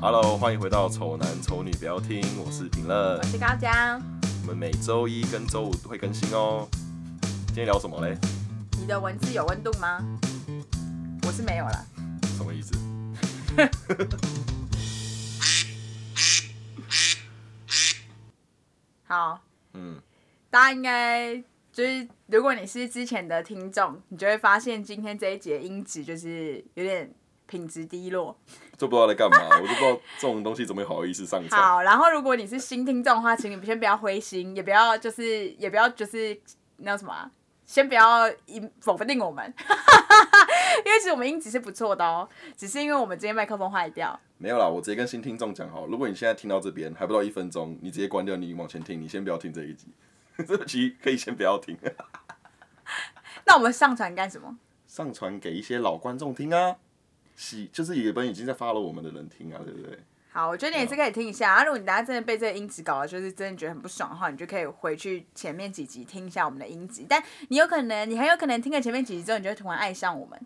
Hello，欢迎回到《丑男丑女不要听》，我是评论我，是高江，我们每周一跟周五会更新哦。今天聊什么嘞？你的文字有温度吗？我是没有了。什么意思？好，嗯，大家应该就是，如果你是之前的听众，你就会发现今天这一节音质就是有点品质低落。就不知道在干嘛，我就不知道这种东西怎么好意思上传。好，然后如果你是新听众的话，请你先不要灰心，也不要就是也不要就是那叫什么啊、先不要一否定我们， 因为其实我们音质是不错的哦，只是因为我们今天麦克风坏掉。没有啦，我直接跟新听众讲好，如果你现在听到这边还不到一分钟，你直接关掉，你往前听，你先不要听这一集， 这集可以先不要听，那我们上传干什么？上传给一些老观众听啊，喜就是有本已经在发了我们的人听啊，对不对？好，我觉得你也是可以听一下。啊、如果你大家真的被这个音质搞得就是真的觉得很不爽的话，你就可以回去前面几集听一下我们的音质。但你有可能，你很有可能听了前面几集之后，你就会突然爱上我们，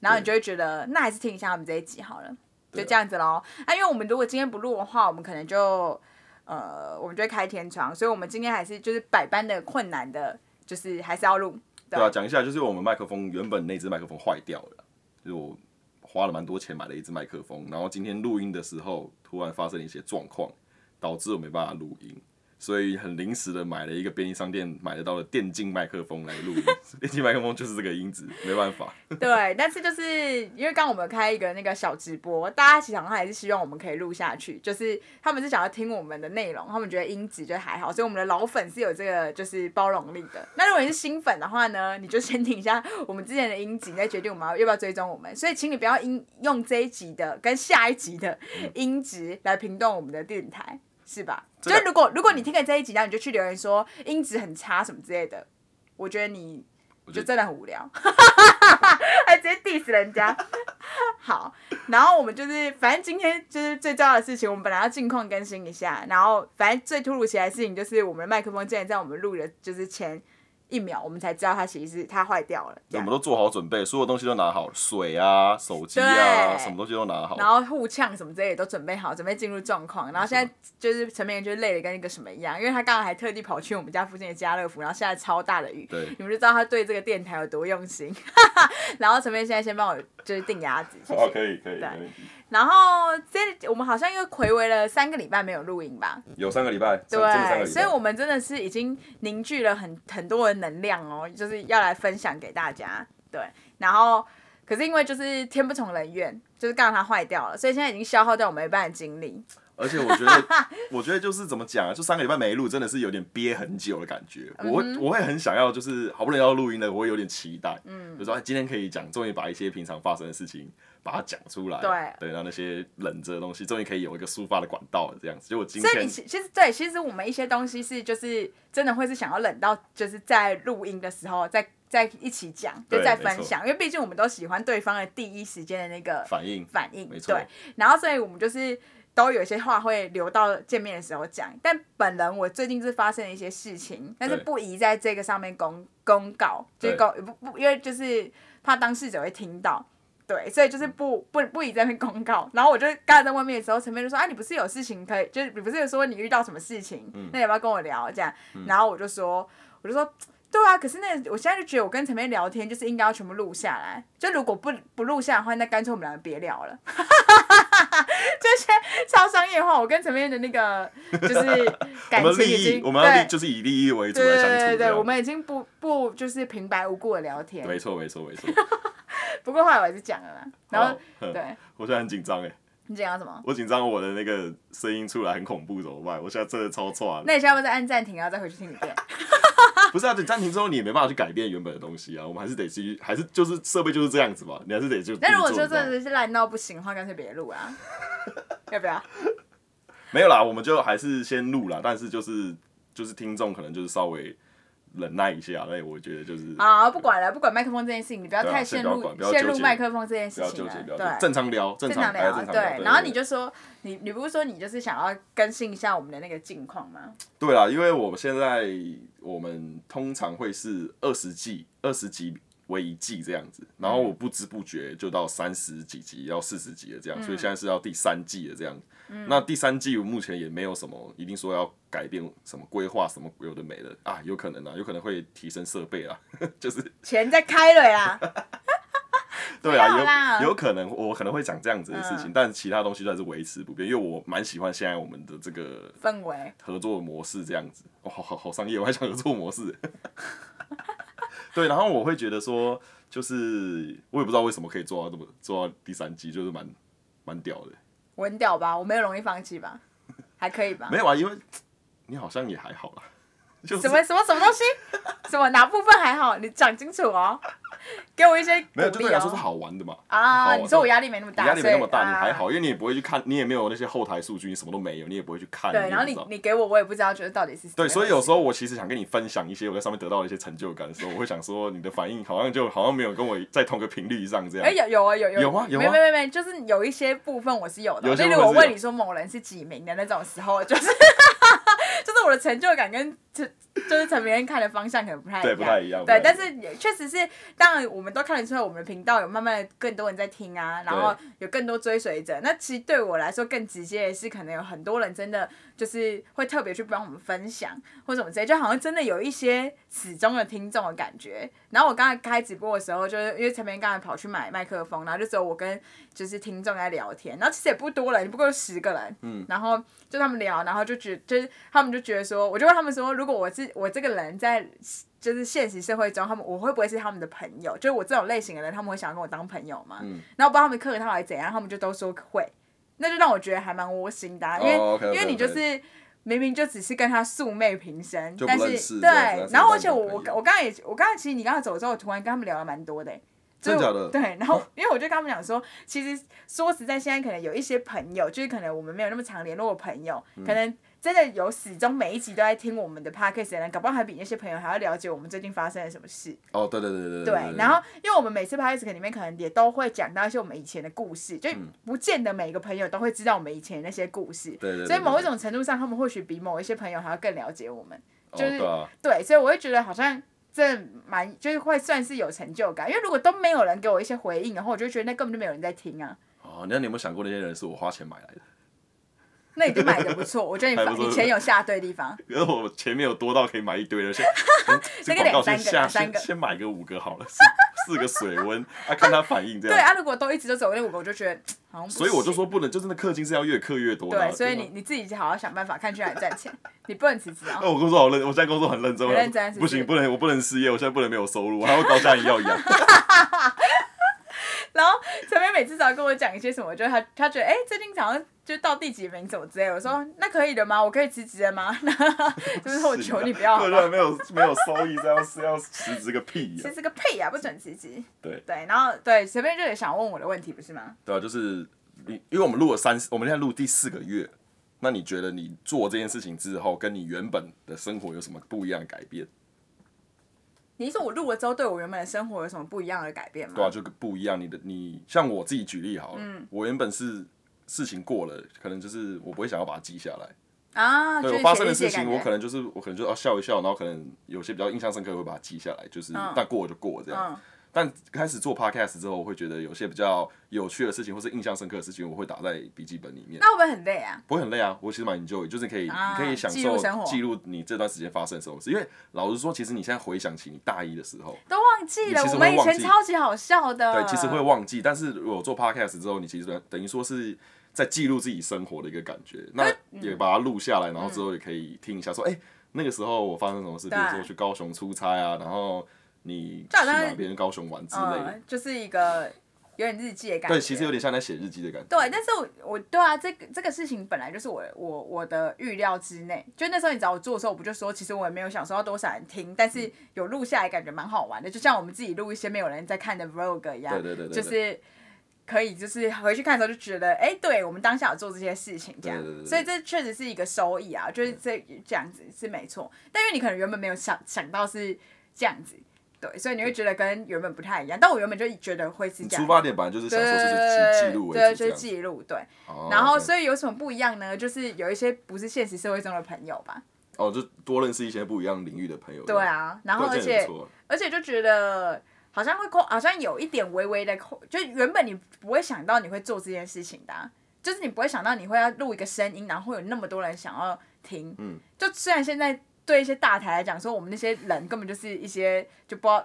然后你就会觉得那还是听一下我们这一集好了，对就啊这样子喽。啊，因为我们如果今天不录的话，我们可能就呃，我们就会开天窗，所以我们今天还是就是百般的困难的，就是还是要录。对啊，讲一下，就是我们麦克风原本那只麦克风坏掉了，就是我花了蛮多钱买了一只麦克风，然后今天录音的时候突然发生了一些状况，导致我没办法录音，所以很临时的买了一个便利商店买得到的电竞麦克风来录 音。电竞麦克风就是这个音质，没办法。对，但是就是因为刚刚我们开一个那个小直播，大家其实好像还是希望我们可以录下去，就是他们是想要听我们的内容，他们觉得音质就还好，所以我们的老粉是有这个就是包容力的。那如果你是新粉的话呢，你就先听一下我们之前的音质，你再决定我们要要不要追踪我们。所以请你不要因用这一集的跟下一集的嗯音质来评断我们的电台，是吧？这就个是如果如果你听了这一集，然后你就去留言说音质很差什么之类的，我觉得你我觉就得真的很无聊， 还直接 diss 人家。 好，然后我们就是，反正今天就是最重要的事情，我们本来要近况更新一下，然后反正最突如其来的事情就是我们的麦克风竟然在我们录的就是前一秒，我们才知道它其实是它坏掉了，我这样们都做好准备，所有东西都拿好了，水啊、手机啊，对什么东西都拿好。然后互呛什么之类的都准备好，准备进入状况。然后现在就是陈明仁就累得跟一个什么一样，因为他刚刚还特地跑去我们家附近的家乐福，然后现在超大的雨，对你们就知道他对这个电台有多用心。 然后陈明仁现在先帮我就是定鸭子，谢好，谢。可以可以，对没问题。然后这我们好像又暌违了三个礼拜没有录音吧？有三个礼拜，真的真的三个对，礼所以拜。我们真的是已经凝聚了很很多的能量哦，就是要来分享给大家。对，然后可是因为就是天不从人愿，就是刚好它坏掉了，所以现在已经消耗掉我们一半的精力。而且我觉得， 我觉得就是怎么讲啊，就三个礼拜没录，真的是有点憋很久的感觉。嗯我会我会很想要，就是好不容易要录音了，我会有点期待。嗯，就说、哎今天可以讲，终于把一些平常发生的事情把它讲出来。对对，让那些忍着的东西，终于可以有一个抒发的管道了。这样子，就我今所以天你其其实对，其实我们一些东西是就是真的会是想要冷到就是在录音的时候再再一起讲，就对再没分错享，因为毕竟我们都喜欢对方的第一时间的那个反应，反应，没错对，然后所以我们就是都有一些话会留到见面的时候讲。但本人我最近是发生了一些事情，但是对不宜在这个上面公公告，就是对公不不，因为就是怕当事者会听到。对，所以就是不不不宜在那边公告。然后我就刚才在外面的时候，陈飞就说：“啊，你不是有事情可以，就是你不是有说你遇到什么事情，嗯那你要不要跟我聊？”这样，然后我就说，我就说，对啊，可是那我现在就觉得我跟陈妹聊天就是应该要全部录下来，就如果不不录下来的话，那干脆我们两个别聊了。 就是超商业化，我跟陈妹的那个就是 我感们情已利益经，我们要利对就是以利益为主对来对相对处。对这对，样我们已经不不就是平白无故的聊天，没错没错没错。不过后来我还是讲了啦。然后好哼对我现在很紧张哎，你讲到什么？我紧张我的那个声音出来很恐怖怎么办？我现在真的超差。那你现在要不要再按暂停，然后再回去听 一遍？不是啊，你暂停之后你也没办法去改变原本的东西啊，我们还是得去，还是就是设备就是这样子嘛，你还是得就。那如果就说是做真的是烂到不行的话，干脆别录啦， 要不要？没有啦，我们就还是先录啦，但是就是就是听众可能就是稍微忍耐一下，那我觉得就是啊，不管了，不管麦克风这件事情，你不要对啊太先陷不要入管不要陷纠入结麦克风这件不事要情纠了结，不要纠结，对。正常聊，正正常常还是聊啊正常聊，对，然后你就说你你不是说你就是想要更新一下我们的那个近况吗？对啦，因为我们现在我们通常会是二十季、二十集为一季这样子，然后嗯我不知不觉就到三十几集，要四十集了这样，所嗯以现在是到第三季了这样。那第三季我目前也没有什么一定说要改变什么规划什么有的没的啊，有可能啊，有可能会提升设备啊， 就是钱在开了啦，对没有啦啊，有有可能我可能会讲这样子的事情，嗯但其他东西都还是维持不变，因为我蛮喜欢现在我们的这个氛围。合作模式这样子。哦，好好好商业，我还想合作模式。 对，然后我会觉得说，就是我也不知道为什么可以做到这么做到第三季，就是蛮蛮屌的。文屌吧，我没有容易放弃吧，还可以吧没？有啊，因为你好像也还好啦，就是什么什么什么东西？什么哪部分还好？你讲清楚哦，给我一些鼓没有，就励对你来啊说是哦。好玩的嘛。好啊，玩你说我压力没那么你大，压力没那么大，所以你还。好，啊因为你也不会去看，你也没有那些后台数据，你什么都没有，你也不会去看。对，也然后不你知道你给我，我也不知道觉得到底是对，所以有时候候我其实想跟你分享一些我在上面得到的一些成就感的时候，我会想说你的反应好像就好像没有跟我在同个频率上这样。哎有有啊有有有吗有没吗没没没，就是有一些部分我是有的，有些例部如分我是问有你说某人是几名的那种时候， 就是就是我的成就感跟成就是成别人看的方向可能不太一对，样，不太一样。对，不太但一样是也确实是，当然我们都看得出来，我们的频道有慢慢的更多人在听啊，然后有更多追随者。那其实对我来说更直接的是，可能有很多人真的就是会特别去帮我们分享或什么之类，就好像真的有一些始终的听众的感觉。然后我刚才开直播的时候，就是因为陈明刚才跑去买麦克风，然后就只有我跟就是听众在聊天，然后其实也不多人，不过十个人，嗯，然后就他们聊，然后就觉就是他们就觉得说，我就问他们说，如果我是我这个人在就是现实社会中，他们我会不会是他们的朋友？就是我这种类型的人，他们会想要跟我当朋友吗？嗯然后不知道他们客人他来怎样，他们就都说会，那就让我觉得还蛮窝心的啊、因为、哦，OK，OK，OK 因为你就是。明明就只是跟他素昧平生，就不但认是识这对样子啊还，是然后当而且我我朋友我刚才也我刚才其实你刚才走之后，我突然跟他们聊了蛮多的、欸，就真的假的对，然 后因为我就跟他们讲说，其实说实在，现在可能有一些朋友，就是可能我们没有那么常联络的朋友，嗯可能真的有始终每一集都在听我们的 podcast 的人，搞不好还比那些朋友还要了解我们最近发生了什么事。哦，对对对对对，然后因为我们每次 podcast 里面可能也都会讲到一些我们以前的故事，就嗯不见得每个朋友都会知道我们以前那些故事，对对对所以对某一对种程度上，他们或许比某一些朋友还要更了解我们。哦就是对啊，对，所以我会觉得好像这蛮就是会算是有成就感，因为如果都没有人给我一些回应，然后我就觉得那根本就没有人在听啊。哦，那你有没有想过那些人是我花钱买来的？ 那你就买的不错，我觉得你还把不错你钱有下对地方。因为我钱没有多到可以买一堆 了，先那这个广告先两三个下，两三先个先买个五个好了，四四个水温，啊，看他反应这对样。啊，如果都一直都走那五个，我就觉得嗯好像不所以我就行说不能，就是那氪金是要越氪越多的啊。对，所以真的你你自己好好想办法，看去哪里赚钱，你不能辞 职啊那。哦我工作好认，我现在工作很认真，很认真我是不不是行，不能，我不能失业，我现在不能没有收入，我还要高家人要养。然后陈明每次只要跟我讲一些什么，就是他他觉得哎、最近好像就到第几名怎么之类的，我说那可以的吗？我可以辞职了吗？ 就是 说我求你不要好个 吗啊人没有没有收益，这样是要辞职个屁呀辞！职个屁呀、不准辞职。对对，然后对，随便就也想问我的问题不是吗？对啊，就是你，因为我们录了三，我们现在录第四个月，那你觉得你做这件事情之后，跟你原本的生活有什么不一样的改变？你是说我录了之后对我原本的生活有什么不一样的改变吗？对啊，就不一样。你的你像我自己举例好了，嗯我原本是事情过了，可能就是我不会想要把它记下来。啊，就对是我发写生日的记事感情，觉我可能就是我可能就要笑一笑，然后可能有些比较印象深刻，会把它记下来，就是、嗯但过了就过这样。嗯但开始做 podcast 之后，我会觉得有些比较有趣的事情或是印象深刻的事情，我会打在笔记本里面。那会不会很累啊？不会很累啊，我其实蛮 enjoy，就是可以、啊你可以享记录受生活记录你这段时间发生什么事。因为老实说，其实你现在回想起你大一的时候，都忘记了，你其实我会们以忘前记超级好笑的。对，其实会忘记。但是我做 podcast 之后，你其实等于说是在记录自己生活的一个感觉，那嗯也把它录下来，然后之后也可以听一下说，哎、那个时候我发生什么事，比对啊如说去高雄出差啊，然后你就好去像哪边高雄玩之类的。嗯，就是一个有点日记的感觉。对，其实有点像在写日记的感觉。对，但是我我对啊，这个这个事情本来就是我我我的预料之内。就那时候你找我做的时候，我不就说，其实我也没有想说要多少人听，但嗯是有录下来，感觉蛮好玩的。就像我们自己录一些没有人在看的 vlog 一样，对对对对对就是可以就是回去看的时候就觉得，哎、对我们当下有做这些事情这样，对对对对所以这确实是一个收益啊，就是这这样子是没错。但因为你可能原本没有想想到是这样子。对，所以你会觉得跟原本不太一样，但我原本就觉得会是你这样出子，发点本来就是想对说，就对是对记对记录为对，主这就是样。记录，对。哦然后， OK 所以有什么不一样呢？就是有一些不是现实社会中的朋友吧。哦，就多认识一些不一样领域的朋友。对，啊，然后对而这样也且不错而且就觉得好像会控，好像有一点微微的控，就是原本你不会想到你会做这件事情的啊、就是你不会想到你会要录一个声音，然后会有那么多人想要听。嗯，就虽然现在对一些大台来讲，说我们那些人根本就是一些就不知道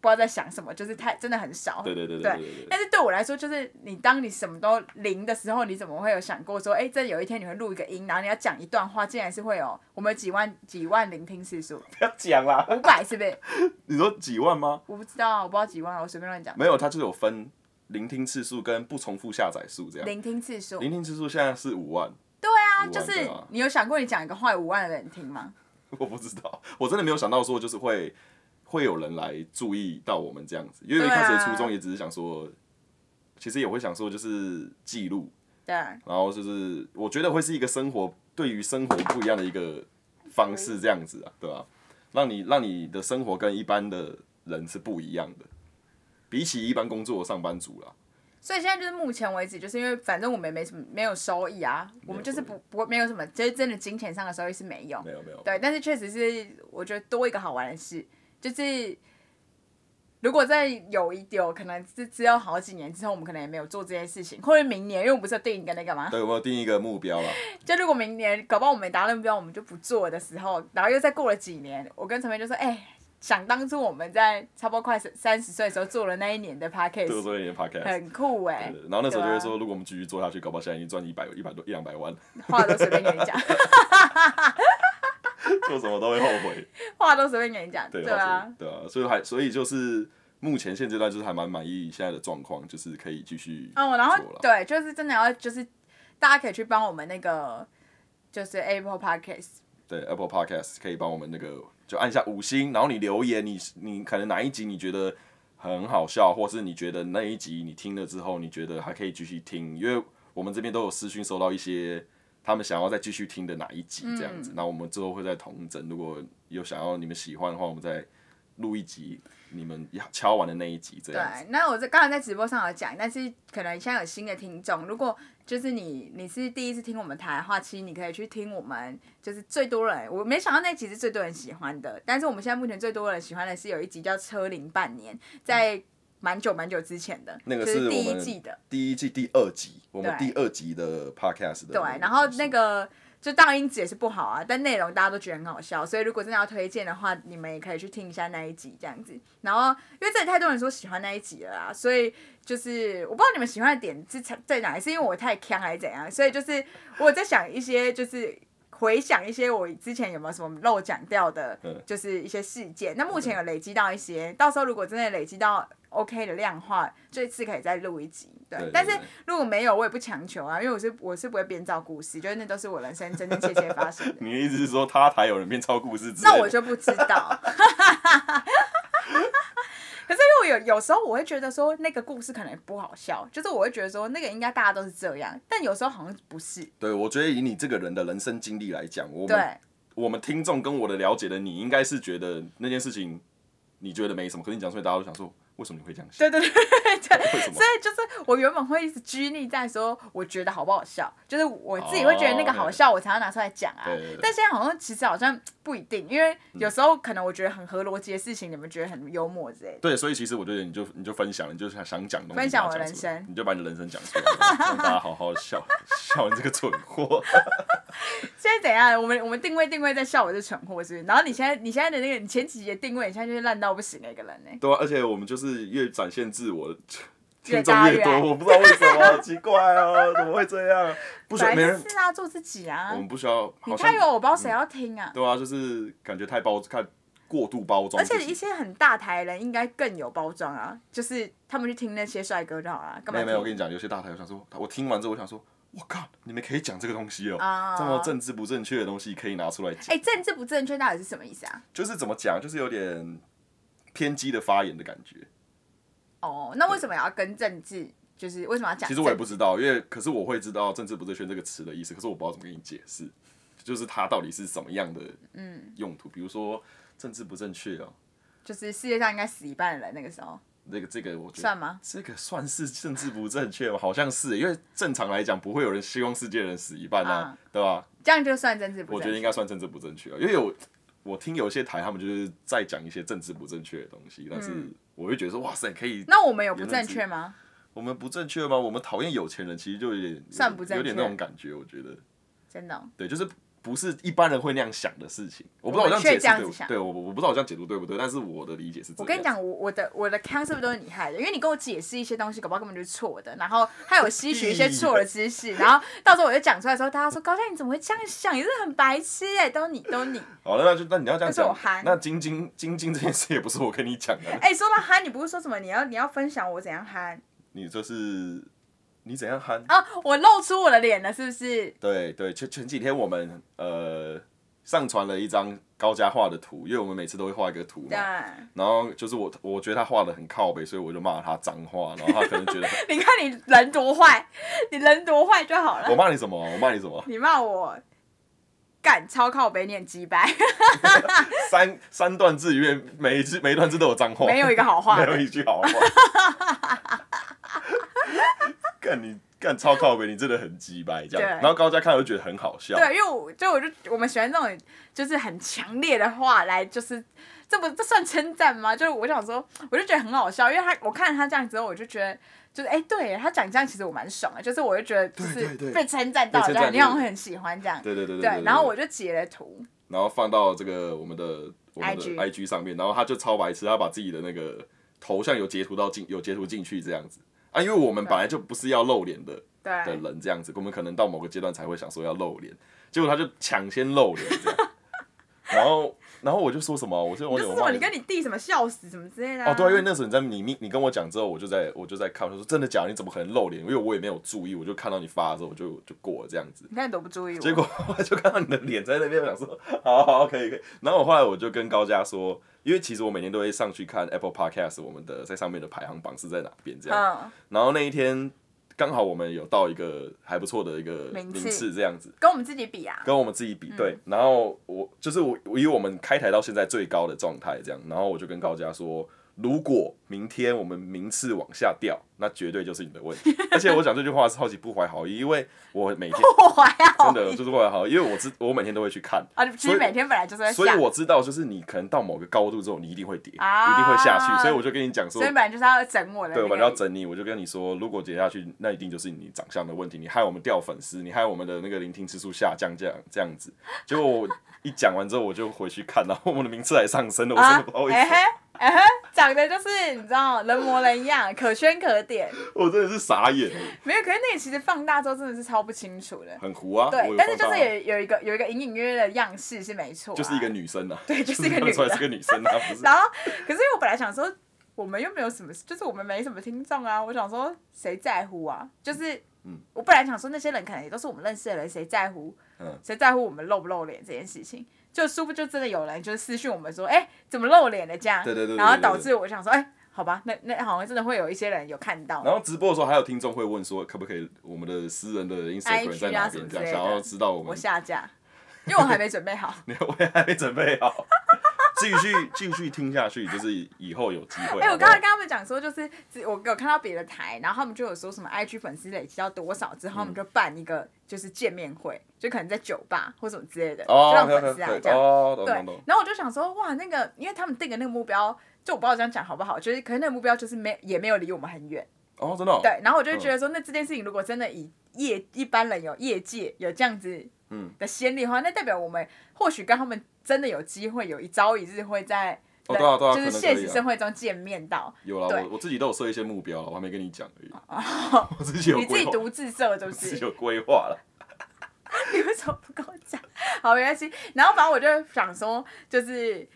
不知道在想什么，就是太真的很少。对对对哦对对对 对，但是对我来说，就是你当你什么都零的时候，你怎么会有想过说，哎、这有一天你会录一个音，然后你要讲一段话，竟然是会有我们有几万几万聆听次数，不要讲啦。 五百是不是？你说几万吗？我不知道，我不知道几万，我随便乱讲。没有，它就是有分聆听次数跟不重复下载数这样。聆听次数，聆听次数现在是五万， 对啊，五万就是对啊你有想过你讲一个话有五万的人听吗？我不知道，我真的没有想到说就是会会有人来注意到我们这样子，因为对一啊开始的初衷也只是想说，其实也会想说就是记录，对啊，然后就是我觉得会是一个生活对于生活不一样的一个方式这样子啊，对吧、让你让你的生活跟一般的人是不一样的，比起一般工作的上班族啦，所以现在就是目前为止，就是因为反正我们也没什么没有收益啊，我们就是不不没有什么，就是真的金钱上的收益是没有。没有没有，对，但是确实是我觉得多一个好玩的事，就是如果在有一有可能是只有好几年之后，我们可能也没有做这件事情，或者明年，因为我们不是有定一个那个嘛，对，有没有定一个目标啦？就如果明年搞不好我们达到目标，我们就不做的时候，然后又再过了几年，我跟陈培就说，哎、想当初我们在差不多快三十岁的时候做了那一年的这个 podcast，做一点 podcast。很酷哎、对然后那时候就对会啊说，如果我们继续做下去，搞不好现在已经赚一百一百多一两百万， 话都随便跟你讲， 做什么都会后悔。话都随便跟你讲，对对啊，对啊，所以还所以就是目前现阶段就是还蛮满意现在的状况，就是可以继续哦，然后做啦对，就是真的要就是大家可以去帮我们那个就是 Apple Podcast，对 Apple Podcast 可以帮我们那个就按下五星，然后你留言，你你可能哪一集你觉得很好笑，或是你觉得那一集你听了之后，你觉得还可以继续听，因为我们这边都有私讯收到一些他们想要再继续听的哪一集嗯这样子，那、我们之后会再同整，如果有想要你们喜欢的话，我们再录一集你们要敲完的那一集这对样子。，那我这刚才在直播上有讲，但是可能现在有新的听众，如果就是你你是第一次听我们台的话，其实你可以去听我们就是最多人，我没想到那一集是最多人喜欢的，但是我们现在目前最多人喜欢的是有一集叫《车龄半年》，在蛮久蛮久之前的，那个就是是第我一们季的，第一季第二集，我们对第二集的 podcast 的对那个，然后集数那个就当音质也是不好啊，但内容大家都觉得很好笑，所以如果真的要推荐的话，你们也可以去听一下那一集这样子。然后因为这里太多人说喜欢那一集了啦，啊所以就是我不知道你们喜欢的点是在在哪里，是因为我太强还是怎样？所以就是我在想一些就是。回想一些我之前有没有什么漏讲掉的嗯，就是一些事件。那目前有累积到一些，到时候如果真的累积到 OK 的量的话，这次可以再录一集。对，对对但是对如果没有，我也不强求啊，因为我是我是不会编造故事，就是那都是我人生真真切切发生 的。你的意思是说他台有人变超故事之类那的我就不知道。 可是因为我有有时候我会觉得说那个故事可能不好笑，就是我会觉得说那个应该大家都是这样，但有时候好像不是。对，我觉得以你这个人的人生经历来讲，我们对我们听众跟我的了解的你，应该是觉得那件事情你觉得没什么，可是你讲出来，大家都想说，为什么你会这样想？对对对 对对。为什么所？以就是我原本会一直拘泥在说，我觉得好不好笑，就是我自己会觉得那个好笑，我才要拿出来讲啊哦对对对。嗯但现在好像其实好像不一定，因为有时候可能我觉得很合逻辑的事情，你们觉得很幽默之类的。对，所以其实我觉得你就你就分享，你就想想讲的东西，分享把它我讲人出来生你就把你的人生讲出来，让大家好好笑笑你这个蠢货。现在怎样？我们我们定位定位在笑我是蠢货，是不是？然后你现在你现在的那个你前几集的定位，你现在就是烂到不行的一个人呢、对啊，而且我们就是越展现自我，越听众大越越爱多，我不知道为什么，奇怪哦，怎么会这样？不需要本没来人，就是啊，做自己啊我。们不需要，你好像太有我不知道谁要听啊。对啊，就是感觉太包，太过度包装而自己，且一些很大台的人应该更有包装啊，就是他们去听那些帅哥就好了，干没有嘛听？没有，我跟你讲，有些大台我想说，我听完之后我想说，我靠，你们可以讲这个东西哦、啊这么政治不正确的东西可以拿出来讲，哎、政治不正确到底是什么意思啊？就是怎么讲，就是有点偏激的发言的感觉。哦，那为什么要跟政治？就是为什么要讲政？其实我也不知道，因为可是我会知道“政治不正确”这个词的意思，可是我不知道怎么跟你解释，就是它到底是什么样的嗯用途。比如说政治不正确哦、就是世界上应该死一半的人，那个时候那个这个我觉得算吗？这个算是政治不正确吗？好像是，因为正常来讲不会有人希望世界的人死一半啊，对吧？这样就算政治不我正觉得确？应该算政治不正确啊，因为有我听有些台他们就是在讲一些政治不正确的东西，但是我就觉得说哇塞，可以。嗯那我们有不正确吗？我们不正确吗？我们讨厌有钱人，其实就有点算不正确有点那种感觉，我觉得真的哦、对，就是不是一般人会那样想的事情。我不知道我这样我们解却这样释子对不想对，我我不知道我这样解读对不对，但是我的理解是这样。我跟你讲，我我的我的康是不是都是你害的？因为你跟我解释一些东西，搞不好根本就是错的。然后还有吸取一些错的知识，然后到时候我就讲出来的时候，大家说高嘉你怎么会这样想？你是很白痴哎、都是你都是你。好了，那就那你要这样但是我讲憨，那晶晶晶晶这件事也不是我跟你讲 的，哎、说到憨，你不是说什么你要你要分享我怎样憨你就是你怎样憨？啊？我露出我的脸了是不是？对对，前前几天我们呃上传了一张高家画的图，因为我们每次都会画一个图对， 啊嘛。然后就是我，我觉得他画的很靠北，所以我就骂他脏话，然后他可能觉得你看你人多坏，你人多坏就好 我了。骂你什么，啊我骂你什么，你骂我干超靠北念鸡掰，三三段字里面每一句每一段字都有脏话，没有一个好话哦没的有一句好话。 干你干超靠北，你真的很鸡掰这样。对然后高家看了就觉得很好笑，对，因为我就我就我们喜欢这种就是很强烈的话来，就是这不这算称赞吗？就是我想说，我就觉得很好笑，因为他我看他这样之后，我就觉得就是哎、对他讲这样其实我蛮爽的，就是我就觉得就对是对对被称赞到，被称这样赞你让我很喜欢这样。对对对对对，然后我就截了图，然后放到这个我们的我们的 IG IG 上面，然后他就超白痴，他把自己的那个头像有截图到进有截图进去这样子啊，因为我们本来就不是要露脸的对的人这样子，我们可能到某个阶段才会想说要露脸，结果他就抢先露脸这样， 然后然后我就说什么，我说我就有点是什么忘你了。跟你弟什么笑死什么之类的、啊。哦，对啊，因为那时候你在你你你跟我讲之后，我就在我就在看，我就说真的假的？你怎么可能露脸？因为我也没有注意，我就看到你发的时候，我就就过了这样子。你看你都不注意 我，结果我就看到你的脸在那边，我想说，好好可以可以。然后我后来我就跟高佳说，因为其实我每天都会上去看 Apple Podcast 我们的在上面的排行榜是在哪边这样。嗯，然后那一天刚好我们有到一个还不错的一个名名次次这样子，跟我们自己比啊，跟我们自己比对。然后我就是我我以我们开台到现在最高的状态这样，然后我就跟高佳说。如果明天我们名次往下掉，那绝对就是你的问题。 而且我讲这句话是超级不怀好意，因为我每天 我还要真的就是会好，因为我知我每天都会去看，啊，其所实以每天本来就是在所以下，我知道就是你可能到某个高度之后，你一定会跌，啊一定会下去，所以我就跟你讲说所以，本来就是要整我的那对，个，我要整你，我就跟你说，如果跌下去，那一定就是你长相的问题，你害我们掉粉丝，你害我们的那个聆听次数下降，这样这样子。结果我一讲完之后，我就回去看，然后我们的名次还上升了，我真哦的啊不知道，为 哎什嘿么，，哎嘿，长得就是你知道人模人样，可圈可点。我真的是傻眼，没有，可是那个其实放大之后真的是超不清楚的。很糊啊。我对，有但是放就是大也有一个有一个隐隐约约的样式是没错啊、就是一个女生啊，对就 是一个看得出来女的是个女生啊，不是然后，可是因为我本来想说，我们又没有什么，就是我们没什么听众啊。我想说，谁在乎啊？就是，嗯我本来想说那些人可能也都是我们认识的人，谁在乎？嗯谁在乎我们露不露脸这件事情？就殊不就真的有人就是私讯我们说，哎、怎么露脸了这样？对对对对然后对对导致我想说，哎、好吧，那那好像真的会有一些人有看到。然后直播的时候，还有听众会问说，可不可以我们的私人的 Instagram 在哪什边？么之这类样的想要知道我我们，下架，因为我还没准备好 。你我也还没准备好， 继续继续听下去，就是以后有机会。哎、好我不好刚才跟他们讲说，就是只我有看到别的台，然后他们就有说什么 IG 粉丝累积到多少之后，嗯他们就办一个就是见面会，就可能在酒吧或什么之类的，哦，就让粉丝来对对对这样。哦，懂对懂懂，，然后我就想说，哇，那个，因为他们定的那个目标，就我不知道这样讲好不好，就是可能那个目标就是没也没有离我们很远，哦，真的哦，对，然后我就觉得说，那这件事情如果真的以业一般人有业界有这样子嗯的先例的话，那代表我们或许跟他们真的有机会，有一朝一日会在哦对啊对啊就是可能现可以实啊生活中见面到。有啦，对哦我我自己都有设一些目标了，我还没跟你讲而已， 我自己有你自规己划，独自设就 自己是，有规划了， 你为什么不跟我讲？好，没关系。然后反正我就想说，就是。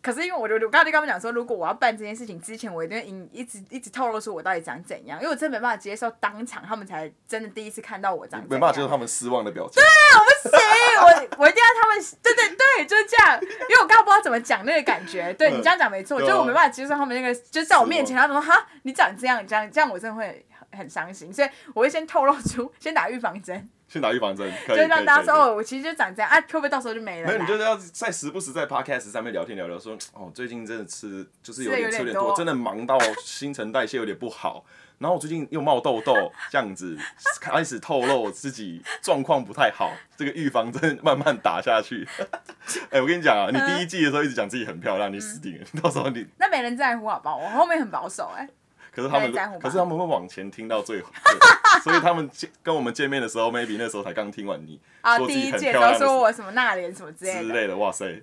可是因为我就我刚才就跟他们讲说，如果我要办这件事情之前，我一定会隐一直一直透露出我到底长怎样，因为我真的没办法接受当场他们才真的第一次看到我长怎没样。办法接受他们失望的表情， 不行，我我一定要他们，对对对，就是这样。因为我刚刚不知道怎么讲那个感觉，对嗯哦你这样讲没错，对啊就是我没办法接受他们那个，就是在我面前，他们说哈，你长这样，这样这样，我真的会很很伤心，所以我会先透露出，先打预防针，先打预防针，可就以可以让大家可以说可以哦，我其实就长这样啊，会不会到时候就没没了有，你啦？就是要在时不时在 podcast 上面聊天聊聊，说哦，最近真的吃就是有吃得点有吃点点多多，真的忙 到新陈代谢有点不好。然后我最近又冒痘痘，这样子 开始透露自己状况不太好，这个预防针慢慢打下去。 哎、我跟你讲嗯啊，你第一季的时候一直讲自己很漂亮，你死定了。到时候你那没人在乎好不好？我后面很保守哎、可是他没人在乎吧们，可是他们会往前听到 最后，对所以他们见跟我们见面的时候，maybe 那时候才刚听完你啊，说自第己一很届漂都亮的说我什么那脸什么之类之的，类的，哇塞，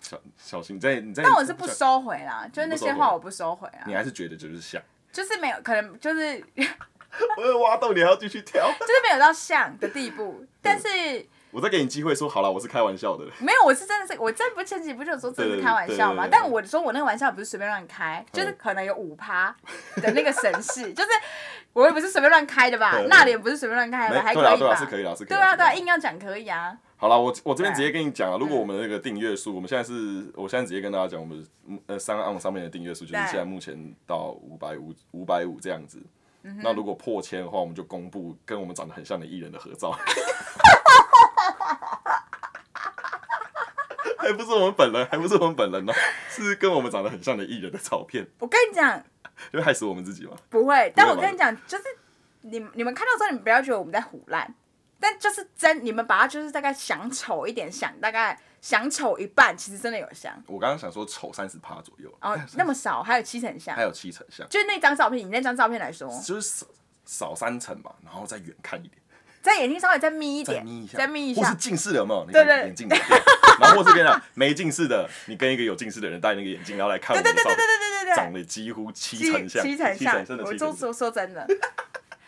小小心，你在你在，但我是不收回啦，就是那些话我不收回啊你，还是觉得就是像， 就是没有可能就是就是我有挖洞，你还要继续跳？没有到像的地步，但是。我再给你机会说好了，我是开玩笑的。没有，我是真的是，我真不前几不是有说真的是开玩笑嘛？对对对对嗯但我说我那个玩笑不是随便乱开，就是可能有五趴的那个神事， 就是我也不是随便乱开的吧对？对那脸不是随便乱开的吧？没还可对啦以对啦吧？是可以啦是可以啦对啊，是可以啦对啊，硬要讲可以啊。好了，我我这边直对啊接跟你讲啊，如果我们的那个订阅数，我们现在是，我现在直接跟大家讲，我们呃三岸上面的订阅数就是对现在目前到五百五五百五这样子。嗯那如果破千的话，我们就公布跟我们长得很像的艺人的合照。 还不是我们本人，还不是我们本人呢、哦是跟我们长得很像的艺人的照片，我跟你讲就害死我们自己嘛。不会，但不我会吧跟你讲，就是你你们看到之后，你们不要觉得我们在胡乱，但就是真，你们把它就是大概想丑一点，想大概想丑一半，其实真的有像我刚刚想说丑哎三十哎趴左右，哦，那么少，还有七成像还，有七成像，就是那张照片，以那张照片来说，就是少少三层嘛，然后再远看一点，在眼睛稍微再眯一再点，眯一下，再眯一或下是，近视的有没有？你对戴对眼镜的，对然后或是跟你讲没近视的，你跟一个有近视的人戴那个眼镜，然后来看我对们对的照对片，对对对对长对，得几乎七七成像，七成像，真的我七就成像。说说真的，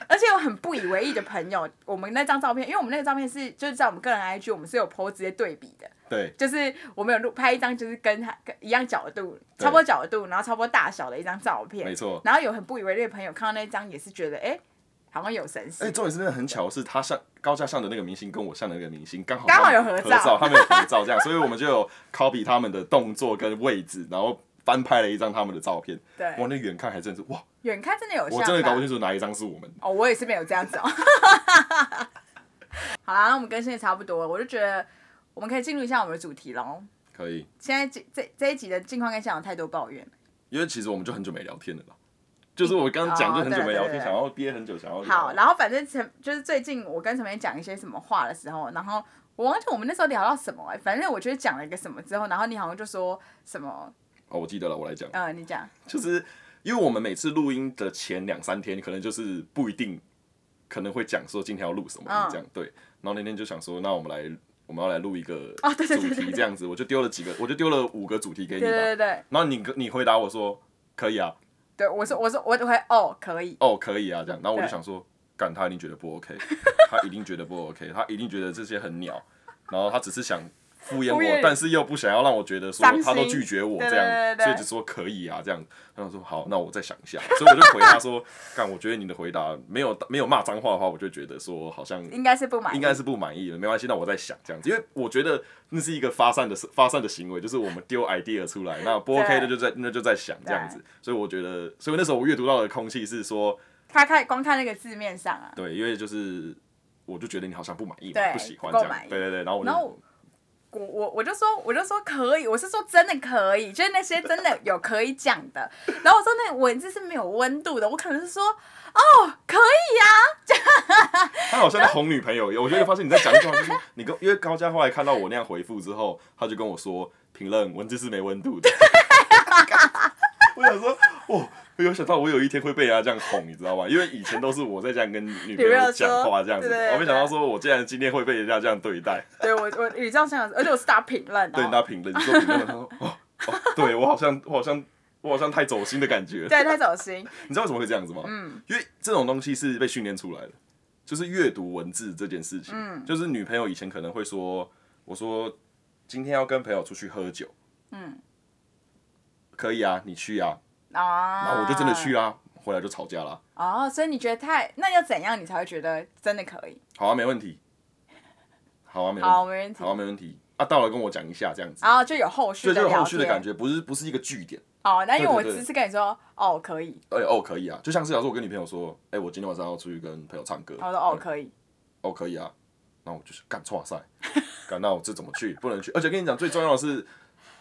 而且我很不以为意的朋友，我们那张照片，因为我们那个照片是就是在我们个人 IG，我们是有 PO 直接对比的，对，就是我们有录拍一张，就是跟他跟一样角度，对差不多角度，然后差不多大小的一张照片，没错然后有很不以为意的朋友看到那张也是觉得，哎，好像有神而且似，哎重点是真的很巧，是他像高架上的那个明星跟我像的那个明星刚好刚好有合合照他们有合照这样，所以我们就有 copy 他们的动作跟位置，然后翻拍了一张他们的照片。对哇，那远看还真是哇，远看真的有像我吧，真的搞不清楚哪一张是我们的。哦，我也是没有这样子哦。 好啦，那我们更新也差不多了，我就觉得我们可以进入一下我们的主题喽。可以，现在这这这一集的近况跟现场太多抱怨了。因为其实我们就很久没聊天了啦。就是我刚刚讲，哦就很久没聊对对天，对想要憋很久，想要聊好，然后反正陈就是最近我跟陈梅讲一些什么话的时候，然后我忘记我们那时候聊到什么哎、反正我就是讲了一个什么之后，然后你好像就说什么哦，我记得了，我来讲，呃，你讲就是因为我们每次录音的前两三天，可能就是不一定，可能会讲说今天要录什么嗯这样、对。然后那天就想说，那我们来，我们要来录一个哦对对主对对题对这样子，我就丢了几个，我就丢了五个主题给你对吧。对对对然后你跟你回答我说可以啊，对，我说我说我会哦可以，哦可以啊这样，然后我就对想说，干他一定觉得不 OK，他一定觉得不 OK，他一定觉得这些很鸟，然后他只是想敷衍敷衍我，但是又不想要让我觉得说伤心他都拒绝我对这对对样，对所以就说可以啊这样，然后说好，那我再想一下，所以我就回他说，干我觉得你的回答没有没有骂脏话的话，我就觉得说好像。应该是不满意，应该是不满意的，没关系，那我再想这样子，因为我觉得那是一个发散的发散的行为，就是我们丢 idea 出来，那不 OK 对的就在那就在想这样子，所以我觉得，所以那时候我阅读到的空气是说，他看光看那个字面上啊，对，因为就是我就觉得你好像不满意嘛，对不喜欢不够这满样意，对对对，然后我就然后我我我就说我就说可以，我是说真的可以，就是那些真的有可以讲的。然后我说那文字是没有温度的，我可能是说哦可以呀、他好像在哄女朋友一样，我就会发现你在讲一句话，就是 说你跟因为高嘉后来看到我那样回复之后，他就跟我说评论文字是没温度的， 我想说哦。没有想到我有一天会被人家这样哄，你知道吗？因为以前都是我在这样跟女朋友讲话这样子，对对对我没想到说我竟然今天会被人家这样对待，对我我语重心长，而且我是打评论对人哦。家评论，你说评论，他说哦哦，对我好像我好像我好像太走心的感觉了。对，太走心。你知道为什么会这样子吗？嗯，因为这种东西是被训练出来的，就是阅读文字这件事情。嗯就是女朋友以前可能会说，我说今天要跟朋友出去喝酒，嗯，可以啊，你去啊，啊。然后我就真的去。啦、啊回来就吵架啦。哦，所以你觉得太那要怎样你才会觉得真的可以？好啊，没问题。好啊，没问好，题。没问题好。啊，没问题。啊，到了跟我讲一下这样子，然后就有后续所以就的有聊后续的感天。觉，不是不是一个据点。哦，那因为我对对对只是跟你说，哦，可以，哎、哦，可以啊，就像是假如说我跟女朋友说，哎、我今天晚上要出去跟朋友唱歌，然后说哦，可以，哦，可以啊，那我就是干错赛， 干那我这怎么去？不能去，而且跟你讲，最重要的是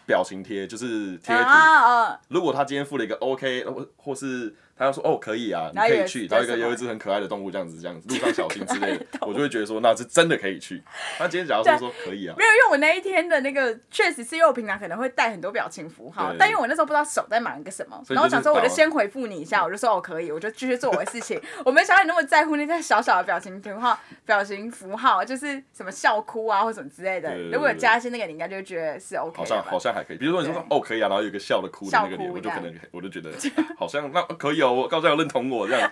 表情贴，就是贴图。啊啊，如果他今天付了一个 OK，或或是他要说哦可以啊，你然后可有以一去，只然后一个什么有一只很可爱的动物这样子，这样子路上小心之 类的，我就会觉得说那是真的可以去。他今天假如说说可以 啊，没有，因为我那一天的那个确实是因为我平常可能会带很多表情符号对，但因为我那时候不知道手在忙一个什么，所以就是然后我想说我就把先回复你一下，我就说哦可以，我就继续做我的事情。 我没想到你那么在乎那些小小的表情符号、表情符号，就是什么笑哭啊或什么之类的对对。对如果有加一些那个，你应该就会觉得是 OK 好的像吧好。像还可以。比如说你说哦可以啊，然后有一个笑的哭的那个脸，笑哭我就这可样能我就觉得啊好像那可以哦，我高嘉有认同我这样。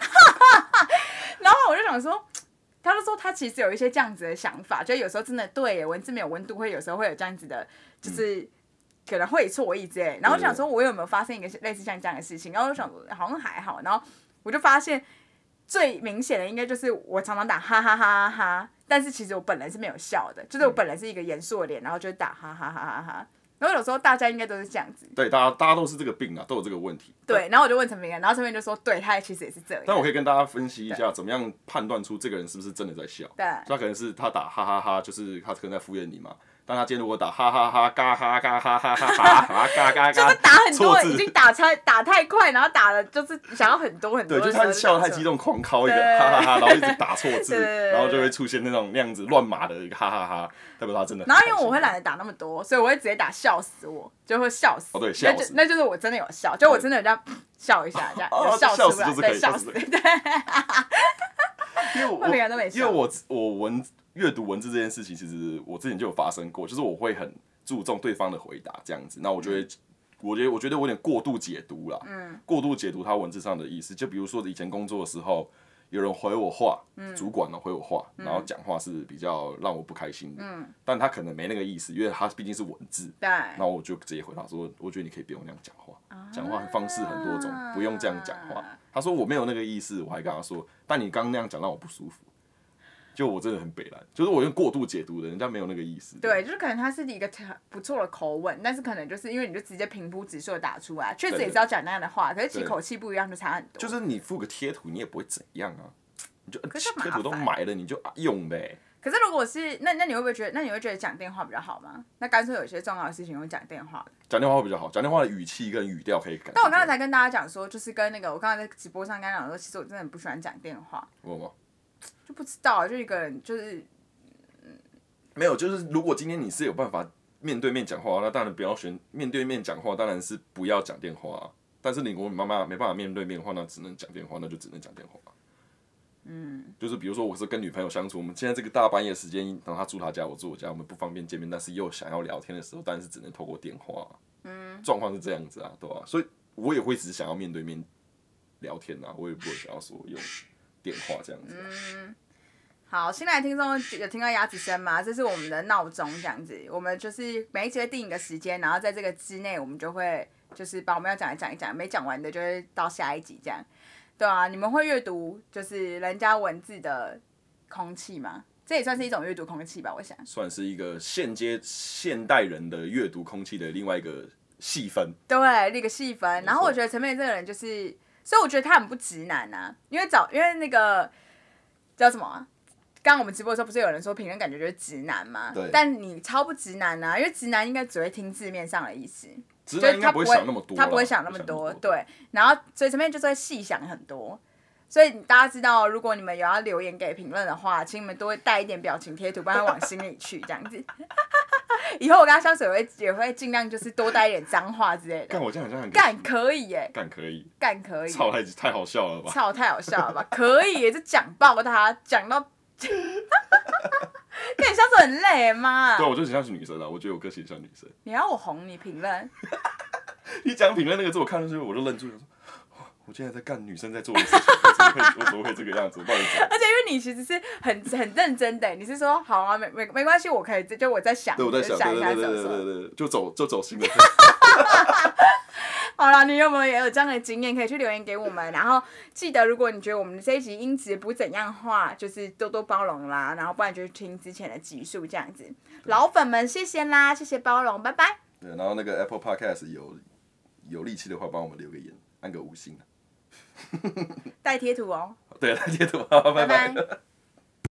然后我就想说。他就说他其实有一些这样子的想法，就有时候真的对耶文字没有温度，会有时候会有这样子的，就是可能会错意之类。然后我就想说，我有没有发生一个类似像这样的事情？然后我就想说好像还好，然后我就发现最明显的应该就是我常常打哈哈哈哈哈，但是其实我本人是没有笑的，就是我本人是一个严肃的脸，然后就打哈哈哈哈哈。然后有时候大家应该都是这样子，对，大家大家都是这个病啊，都有这个问题。对。然后我就问陈明然，然后陈明就说，对他其实也是这样。但我可以跟大家分析一下，怎么样判断出这个人是不是真的在笑。对所以他可能是他打哈哈哈，就是他可能在敷衍你嘛。但他今天如果打哈哈哈、嘎哈嘎哈哈哈哈哈嘎嘎就嘎是，打很错多，字已经打太打太快，然后打了就是想要很多很多对，的就是时候他笑得就打错，太激动，狂敲一个对哈哈哈，然后一直打错字，对对对对然后就会出现那种那样子乱码的一个哈哈哈，代表他真的。然后因为我会，懒得打那么多，所以我会直接打笑死我，就会笑死。哦对那笑死就那就是我真的有笑，就我真的有这样笑一下，这样哦有笑笑出死来，就是可对，以笑笑死，死对，因为我会每个人都没笑因为我我文阅读文字这件事情，其实我之前就有发生过，就是我会很注重对方的回答这样子，那我就会。我觉得，我觉得我有点过度解读啦，嗯，过度解读他文字上的意思。就比如说以前工作的时候，有人回我话，主管呢回我话，然后讲话是比较让我不开心的，嗯，但他可能没那个意思，因为他毕竟是文字，对，然后我就直接回答说，我觉得你可以不用那样讲话，讲话方式很多种，不用这样讲话。啊他说我没有那个意思，我还跟他说，但你刚刚那样讲让我不舒服，就我真的很北蓝，就是我用过度解读的，人家没有那个意思。对，就是可能他是一个很不错的口吻，但是可能就是因为你就直接平铺直叙的打出来，确实对也对是要讲那样的话，可是其实对口气不一样就差很多。就是你附个贴图，你也不会怎样啊，你就可是麻贴图都烦买了，你就啊用呗。可是如果是那那你会不会觉得那你会觉得讲电话比较好吗？那干脆有一些重要的事情用讲电话讲电话会比较好，讲电话的语气跟语调可以改。但我刚才才跟大家讲说，就是跟那个我刚才在直播上跟大家讲说，其实我真的很不喜欢讲电话，我吗？就不知道就一个人就是没有，就是如果今天你是有办法面对面讲话，那当然不要选面对面讲话，当然是不要讲电话、啊。但是你跟我妈妈没办法面对面的话，那只能讲电话，那就只能讲电话。嗯，就是比如说我是跟女朋友相处，我们现在这个大半夜时间，然后她住她家，我住我家，我们不方便见面，但是又想要聊天的时候，当然是只能透过电话。嗯，状况是这样子啊，对吧、所以我也会只想要面对面聊天啊，我也不会想要说用电话这样子啊、好。新来的听众有听到鸭子声吗？这是我们的闹钟，这样子，我们就是每一集会定一个时间，然后在这个之内，我们就会就是把我们要讲的讲一讲，没讲完的就会到下一集这样。对啊，你们会阅读就是人家文字的空气吗？这也算是一种阅读空气吧，我想。算是一个现阶现代人的阅读空气的另外一个细分。对，那个戏份。错然后我觉得陈佩这个人就是，所以我觉得他很不直男啊，因为早因为那个叫什么、啊？刚刚我们直播的时候，不是有人说评论感觉就是直男嘛？对但你超不直男啊，因为直男应该只会听字面上的意思，直就男是应他该不会会想那么多啦，他不会想那么多。，对，然后所以陈佩就是会细想很多。所以大家知道，如果你们有要留言给评论的话，请你们多带一点表情贴图，不然会往心里去这样子。 以后我跟他相处也会也会尽量就是多带一点脏话之类的。干我这样好像很干可以耶、干可以，干可以，操太太好笑了吧？操太好笑了吧？ 可以耶、就讲爆他，讲到， 跟你相处很累耶妈、对，我就很像是女生啊，我觉得我个性像女生。你要我哄你评论，你讲评论那个字，我看到之后我就愣住了，我说 哇我现在在干女生在做的事情，我怎么会我怎么会这个样子？我到底怎么而且因为你其实是很很认真的耶、你是说好啊，没没没关系，我可以， 就我在想，对，我在就想，想对一对下对怎么对对 说。对对，就走就走心了。好啦，你有没有也有这样的经验，可以去留言给我们。然后记得，如果你觉得我们这一集音质不怎样的话，就是多多包容啦。然后不然就听之前的集数这样子。老粉们，谢谢啦，谢谢包容，拜拜。对，然后那个 Apple Podcast 有有力气的话，帮我们留个言，按个五星啊。带贴图哦。 对，来截图，拜拜拜拜